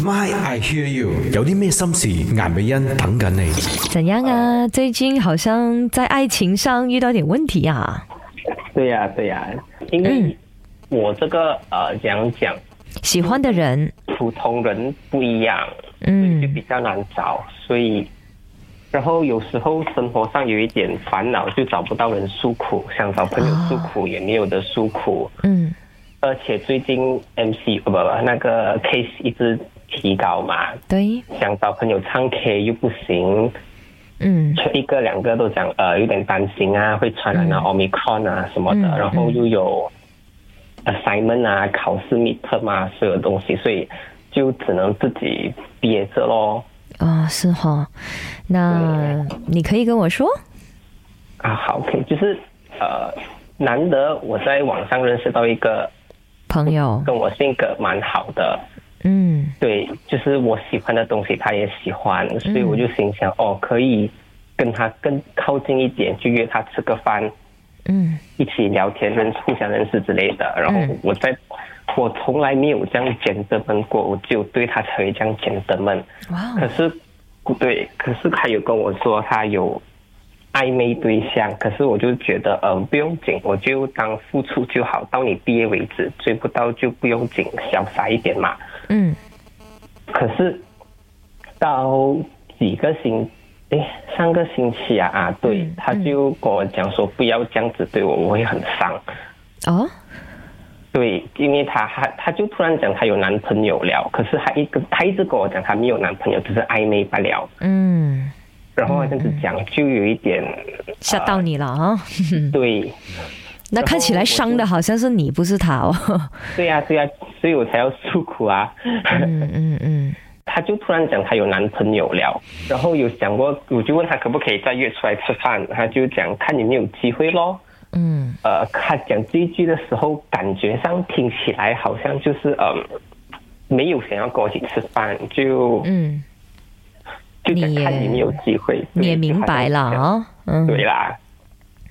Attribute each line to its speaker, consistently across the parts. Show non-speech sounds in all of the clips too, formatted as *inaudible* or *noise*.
Speaker 1: My I hear you，有啲咩心事？颜美欣等紧你。
Speaker 2: 怎样啊？最近好像在爱情上遇到点问题啊？
Speaker 3: 对呀、对呀、因
Speaker 2: 嗯
Speaker 3: 为我这个呃，讲讲
Speaker 2: 喜欢的人，
Speaker 3: 普通人不一样，就
Speaker 2: 嗯
Speaker 3: 比较难找，所以，然后有时候生活上有一点烦恼，就找不到人诉苦，想找朋友诉苦也没有的诉苦，
Speaker 2: 嗯
Speaker 3: 而且最近 MC 不不不那个 case 一直提高嘛，
Speaker 2: 对，
Speaker 3: 想找朋友唱 K 又不行，
Speaker 2: 嗯
Speaker 3: 一个两个都讲呃有点担心啊，会传染啊、omicron 啊什么的，
Speaker 2: 嗯
Speaker 3: 然后又有 assignment 啊、考试 midterm 啊，所有东西，所以就只能自己憋着咯。
Speaker 2: 啊、是哈。那你可以跟我说，
Speaker 3: 啊，好，OK，就是呃，难得我在网上认识到一个
Speaker 2: 朋友，
Speaker 3: 跟我性格蛮好的，
Speaker 2: 嗯
Speaker 3: 对，就是我喜欢的东西他也喜欢，所以我就心想，哦，可以跟他更靠近一点，就约他吃个饭，
Speaker 2: 嗯
Speaker 3: 一起聊天、认互相认识之类的。然后
Speaker 2: 嗯
Speaker 3: 我在，我从来没有这样简单们过，我只有对他才会这样简单们。
Speaker 2: 哇
Speaker 3: 可
Speaker 2: 哦，
Speaker 3: 是，对，可是他有跟我说他有暧昧对象，可是我就觉得，嗯、不用紧，我就当付出就好，到你毕业为止，追不到就不用紧，潇洒一点嘛。
Speaker 2: 嗯
Speaker 3: 可是到几个星，诶，上个星期啊啊，对，
Speaker 2: 嗯
Speaker 3: 他就跟我讲说不要这样子对我，我会很伤。
Speaker 2: 哦，
Speaker 3: 对，因为他他他就突然讲他有男朋友了，可是他一个他一直跟我讲他没有男朋友，只是暧昧罢了。
Speaker 2: 嗯，
Speaker 3: 然后这样子讲就有一点
Speaker 2: 吓到你了啊！
Speaker 3: 对，
Speaker 2: 那看起来伤的好像是你，不是他哦。
Speaker 3: 对呀、对呀、所以我才要诉苦啊。 *laughs*
Speaker 2: 嗯嗯嗯，
Speaker 3: 她就突然讲她有男朋友了，然后有想过，我就问她可不可以再约出来吃饭，她就讲看有没有机会咯。
Speaker 2: 嗯
Speaker 3: 呃，她讲这一句的时候，感觉上听起来好像就是嗯、没有想要跟我一起吃饭，就
Speaker 2: 嗯，
Speaker 3: 就讲
Speaker 2: 你也
Speaker 3: 看有没有机会。
Speaker 2: 你也
Speaker 3: 对
Speaker 2: 明白了，
Speaker 3: 就好像
Speaker 2: 啊。
Speaker 3: 这样
Speaker 2: 嗯
Speaker 3: 对啦，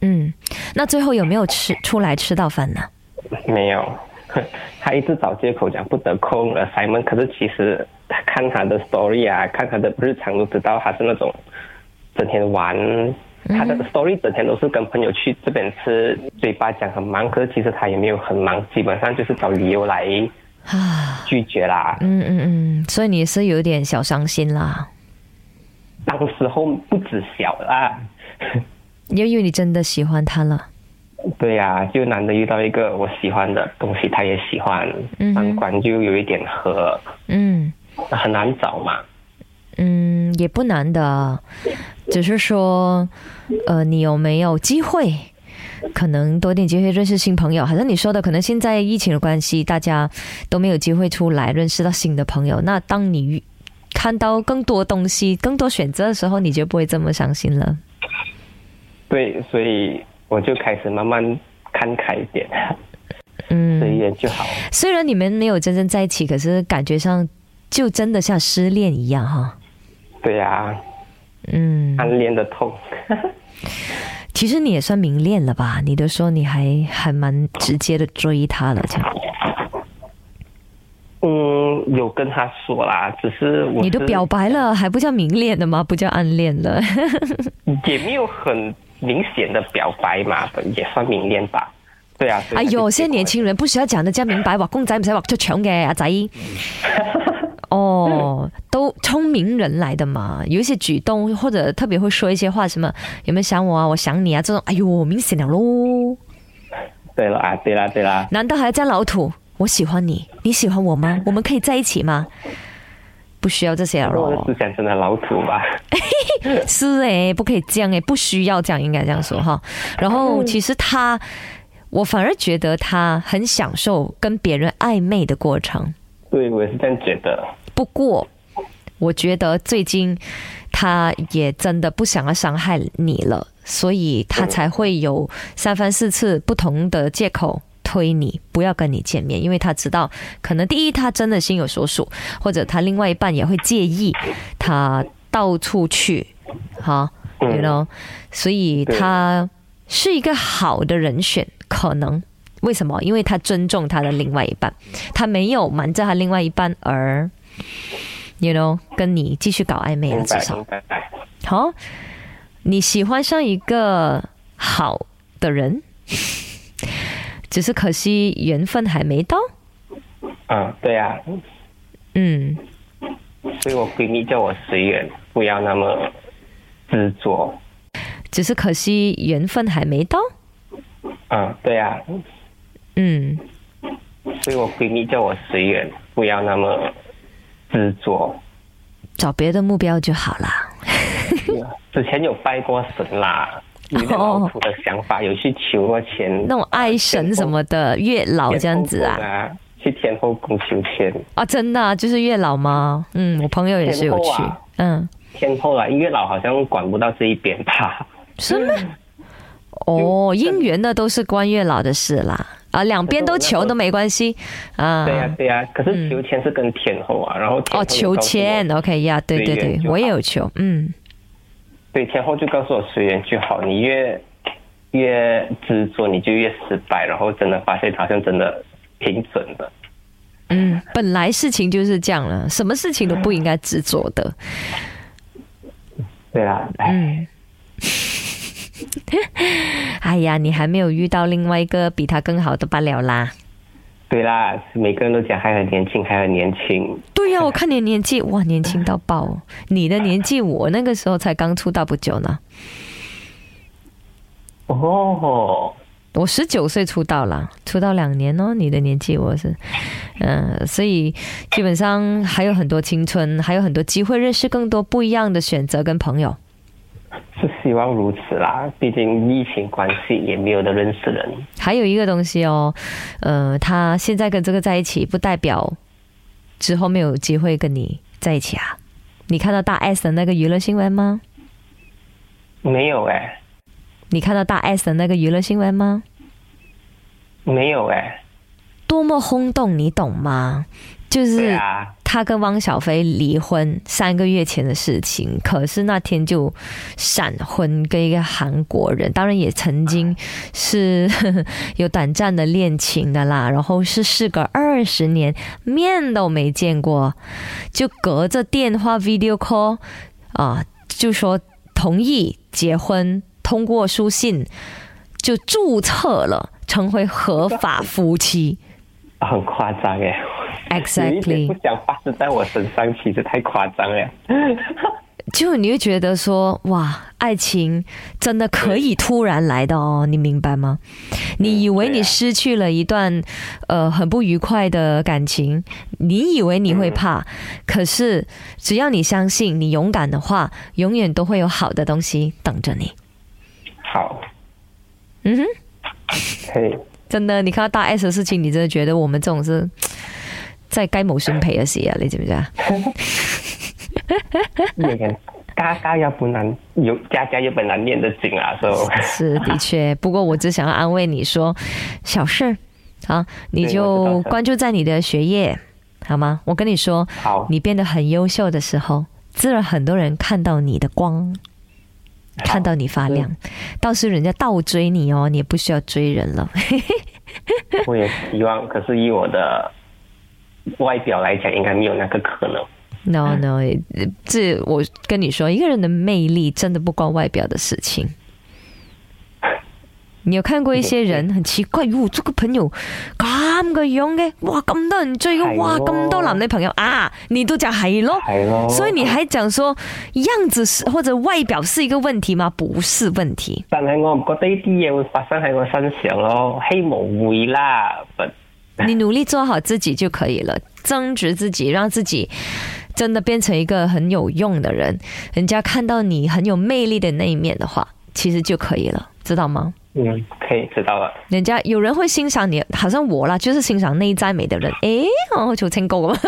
Speaker 2: 嗯，那最后有没有吃出来吃到饭呢？ *sighs*
Speaker 3: 没有。 *laughs* 她一直找借口讲不得空了，Simon。可是其实她看她的 story 啊，看她的日常都知道她是那种整天玩。
Speaker 2: 嗯
Speaker 3: 她的 story 整天都是跟朋友去这边吃，嘴巴讲很忙，可是其实她也没有很忙，基本上就是找理由来
Speaker 2: 啊。
Speaker 3: 拒绝啦。
Speaker 2: 嗯嗯嗯，所以你是有点小伤心啦，
Speaker 3: 当时候不止小啦，
Speaker 2: 因为你真的喜欢他了。
Speaker 3: 对呀、就难得遇到一个我喜欢的东西，她也喜欢，
Speaker 2: 嗯哼
Speaker 3: 三观就有一点合，
Speaker 2: 嗯
Speaker 3: 很难找嘛。
Speaker 2: 嗯，也不难的，只是说，呃，你有没有机会？可能多点机会认识新朋友，好像你说的，可能现在疫情的关系，大家都没有机会出来认识到新的朋友。那当你遇看到更多东西、更多选择的时候，你就不会这么伤心了。
Speaker 3: 对，所以我就开始慢慢看开一点，
Speaker 2: 嗯，
Speaker 3: 随缘就好。
Speaker 2: 虽然你们没有真正在一起，可是感觉上就真的像失恋一样哈。
Speaker 3: 对呀、
Speaker 2: 嗯，
Speaker 3: 暗恋的痛。
Speaker 2: 其实你也算明恋了吧？你都说你还还蛮直接的追他了，这样
Speaker 3: 嗯，有跟他说啦，只是我
Speaker 2: 你都
Speaker 3: 是
Speaker 2: 表白了，还不叫明恋的吗？不叫暗恋了？
Speaker 3: 也没有很明显的表白嘛，也算明恋吧。对啊，所以
Speaker 2: 哎呦，
Speaker 3: 他就
Speaker 2: 现在年轻人不需要讲得这明白，畫公仔唔使畫出腸嘅，
Speaker 3: *laughs*
Speaker 2: 阿仔。哦，都聪明人来的嘛，有一些举动或者特别会说一些话，什么有没有想我啊，我想你啊，这种，哎呦，明显了喽。
Speaker 3: 对了啊，对啦对啦，
Speaker 2: 难道还要这样老土？我喜欢你，你喜欢我吗？我们可以在一起吗？不需要这些了
Speaker 3: 我的
Speaker 2: 咯。
Speaker 3: 思想真的老土吧？
Speaker 2: 是诶、不可以这样诶、不需要这样，应该这样说哈。然后其实他，我反而觉得他很享受跟别人暧昧的过程。
Speaker 3: 对，我也是这样觉得。
Speaker 2: 不过，我觉得最近他也真的不想要伤害你了，所以他才会有三番四次不同的借口。推你不要跟你见面，因为他知道，可能第一他真的心有所属，或者他另外一半也会介意他到处去，哈、
Speaker 3: 嗯
Speaker 2: y o u know，所以
Speaker 3: 对
Speaker 2: 他是一个好的人选，可能为什么？因为他尊重他的另外一半，他没有瞒着他另外一半而，you know，跟你继续搞暧昧啊，
Speaker 3: 明
Speaker 2: 至
Speaker 3: 白
Speaker 2: 少
Speaker 3: 明白。
Speaker 2: 好。你喜欢上一个好的人， *laughs* 只是可惜缘分还没到。
Speaker 3: 嗯，对啊，
Speaker 2: 嗯，
Speaker 3: 所以我闺蜜叫我随缘，不要那么执着。
Speaker 2: 只是可惜缘分还没到。
Speaker 3: 嗯，对啊，
Speaker 2: 嗯，
Speaker 3: 所以我闺蜜叫我随缘，不要那么执着。
Speaker 2: 找别的目标就好啦。
Speaker 3: 之前有拜过神啦，有一点
Speaker 2: 哦
Speaker 3: 老土的想法，有去求过钱，
Speaker 2: 那种爱神什么的，月老这样子 *laughs*
Speaker 3: 天后宫
Speaker 2: 啊？
Speaker 3: 啊，去天后宫求签。
Speaker 2: 啊，真的、啊、就是月老吗？嗯，我朋友也是有去
Speaker 3: 天后啊。
Speaker 2: 嗯，
Speaker 3: 天后啊，月老好像管不到这一边
Speaker 2: 啊
Speaker 3: 吧？
Speaker 2: 是吗？哦，姻缘嗯的都是关月老的事啦。啊，两边都求都没关系啊。
Speaker 3: 对呀、对呀、可是求签是跟天后啊，然后天后
Speaker 2: 哦，
Speaker 3: 也告诉我
Speaker 2: 求签，OK 呀、对对
Speaker 3: 随
Speaker 2: 对
Speaker 3: 缘，就好
Speaker 2: 我也有求，嗯，
Speaker 3: 对，天后就告诉我随缘就好，你越越执着，你就越失败，然后真的发现好像真的挺准的。
Speaker 2: 嗯，本来事情就是这样了，什么事情都不应该执着的，
Speaker 3: 对啦，哎，
Speaker 2: 嗯。 *laughs* 哎呀，你还没有遇到另外一个比他更好的罢了啦。
Speaker 3: 对啦，每个人都讲还很年轻，还很年轻。
Speaker 2: 对呀、我看你的年纪，哇，年轻到爆哦！你的年纪，我那个时候才刚出道不久呢，
Speaker 3: 哦，
Speaker 2: 我十九岁出道啦，出道两年哦。你的年纪我是，嗯、所以基本上还有很多青春，还有很多机会认识更多不一样的选择跟朋友。
Speaker 3: 是希望如此啦，毕竟疫情关系也没有的认识人。
Speaker 2: 还有一个东西哦，呃，他现在跟这个在一起，不代表之后没有机会跟你在一起啊。你看到大 S 的那个娱乐新闻吗？
Speaker 3: 没有哎、
Speaker 2: 你看到大 S 的那个娱乐新闻吗？
Speaker 3: 没有哎、
Speaker 2: 多么轰动，你懂吗？就是
Speaker 3: 对啊，
Speaker 2: 他跟汪小菲离婚三个月前的事情，可是那天就闪婚跟一个韩国人，当然也曾
Speaker 3: 啊
Speaker 2: 经是 *laughs* 有短暂的恋情的啦，然后是事隔二十年，面都没见过，就隔着电话 video call 啊，就说同意结婚，通过书信就注册了，成为合
Speaker 3: *laughs*
Speaker 2: 法夫妻。
Speaker 3: 很夸张哎、有一点
Speaker 2: Exactly，
Speaker 3: 不想发生在我身上，其实太夸张了。
Speaker 2: 就你会觉得说，哇，爱情真的可以突然来的哦，你明白吗？你以为
Speaker 3: 对啊
Speaker 2: 你失去了一段、呃很不愉快的感情，你以为你
Speaker 3: 嗯
Speaker 2: 会怕，可是只要你相信，你勇敢的话，永远都会有好的东西等着你。
Speaker 3: 好，
Speaker 2: 嗯哼，
Speaker 3: 可以。
Speaker 2: 真的，你看到大 S 的事情，你真的觉得我们这种是在该谋生赔的事啊？你知不知啊？
Speaker 3: 也很家家有本难有家家有本难念的经啊，所以
Speaker 2: 是的确，不过我只想要安慰你说，小事儿啊，你
Speaker 3: 对我知道
Speaker 2: 就
Speaker 3: 的
Speaker 2: 关注在你的学业，好吗？我跟你说，
Speaker 3: 好
Speaker 2: 你变得很优秀的时候，自然很多人看到你的光，看到你发亮，到时人家倒追你哦，你也不需要追人了。
Speaker 3: 我也希望，可是以我的外表来讲，应该没有那个可能。
Speaker 2: no no，呃这我跟你说，一个人的魅力真的不关外表的事情。你有看過一些人很奇怪，哟，這個朋友咁嘅樣嘅，哇咁多人追嘅，
Speaker 3: 係
Speaker 2: 哇咁多
Speaker 3: 喎
Speaker 2: 男女朋友啊，你都講係咯，
Speaker 3: 係咯
Speaker 2: 哦所以你還講說樣子是或者外表是一個問題嗎？不是問題，
Speaker 3: 但係我唔覺得呢啲嘢會發生喺我身上咯，希望會啦。不
Speaker 2: 你努力做好自己就可以了，增值自己，讓自己真的变成一个很有用的人，人家看到你很有魅力的那一面的话，其实就可以了，知道吗？
Speaker 3: 嗯，可以知道了。
Speaker 2: 人家有人会欣赏你，好像我啦，就是欣赏内在美的人。诶，我求成功啊！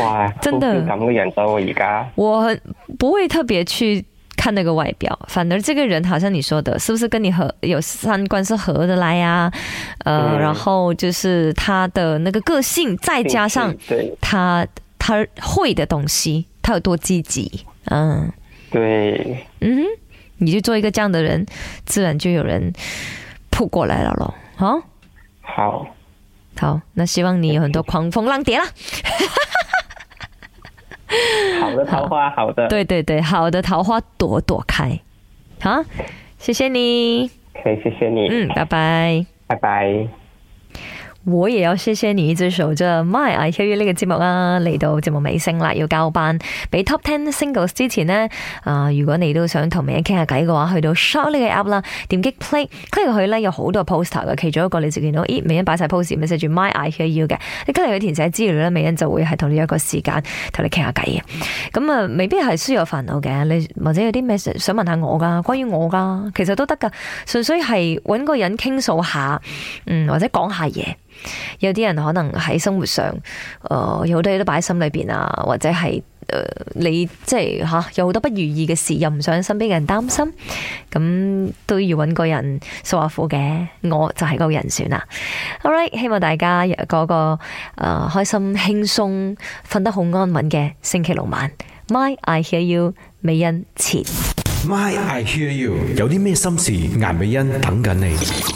Speaker 3: 哇，
Speaker 2: 真的
Speaker 3: 好似咁嘅人啊咗我而家，
Speaker 2: *laughs* 我很不会特别去看那个外表，反而这个人好像你说的，是不是跟你合有三观是合得来呀、呃，
Speaker 3: 嗯
Speaker 2: 然后就是他的那个个性，再加上
Speaker 3: 对
Speaker 2: 他他会的东西，他有多积极，嗯
Speaker 3: 对，
Speaker 2: 嗯哼，你就做一个这样的人，自然就有人扑过来了咯。好、
Speaker 3: 好，
Speaker 2: 哦好，那希望你有很多狂风浪蝶啦。
Speaker 3: 好的桃花，好的，
Speaker 2: 对对对，好的桃花朵朵开。好，谢谢你。
Speaker 3: 可以，谢谢你，
Speaker 2: 嗯，拜拜。
Speaker 3: 拜拜。
Speaker 2: 我也有謝謝你最熟啫，My I Hear You 呢個節目啊，嚟到節目尾聲啦，要交班。俾 Top Ten Singles 之前呢，啊、如果你都想同美欣傾下偈嘅話，去到 Shout 呢個 app 啦，點擊 Play，click 入去呢，有好多 poster 嘅，其中一個你就見到，咦，美欣擺晒 post，咪寫住 My I Hear You 嘅，你跟住去填寫資料咧，美欣就會係同你約個時間同你傾下偈嘅。咁啊，未必係需要有煩惱嘅，你或者有啲咩想問下我噶，關於我噶，其實都得噶，純粹係揾個人傾訴下，嗯，或者講下嘢。有啲人可能喺生活上，誒、有好多嘢都擺喺心裏邊啊，或者係誒、呃你即係吓、有好多不如意嘅事，又唔想身邊嘅人擔心，咁都要揾個人訴下苦嘅。我就係嗰個人選啦。好 right，希望大家有嗰個誒、呃、開心、輕鬆、瞓得好安穩嘅星期六晚。My I hear you，美欣前。
Speaker 1: My I hear you，有啲咩心事？顏美欣等緊你。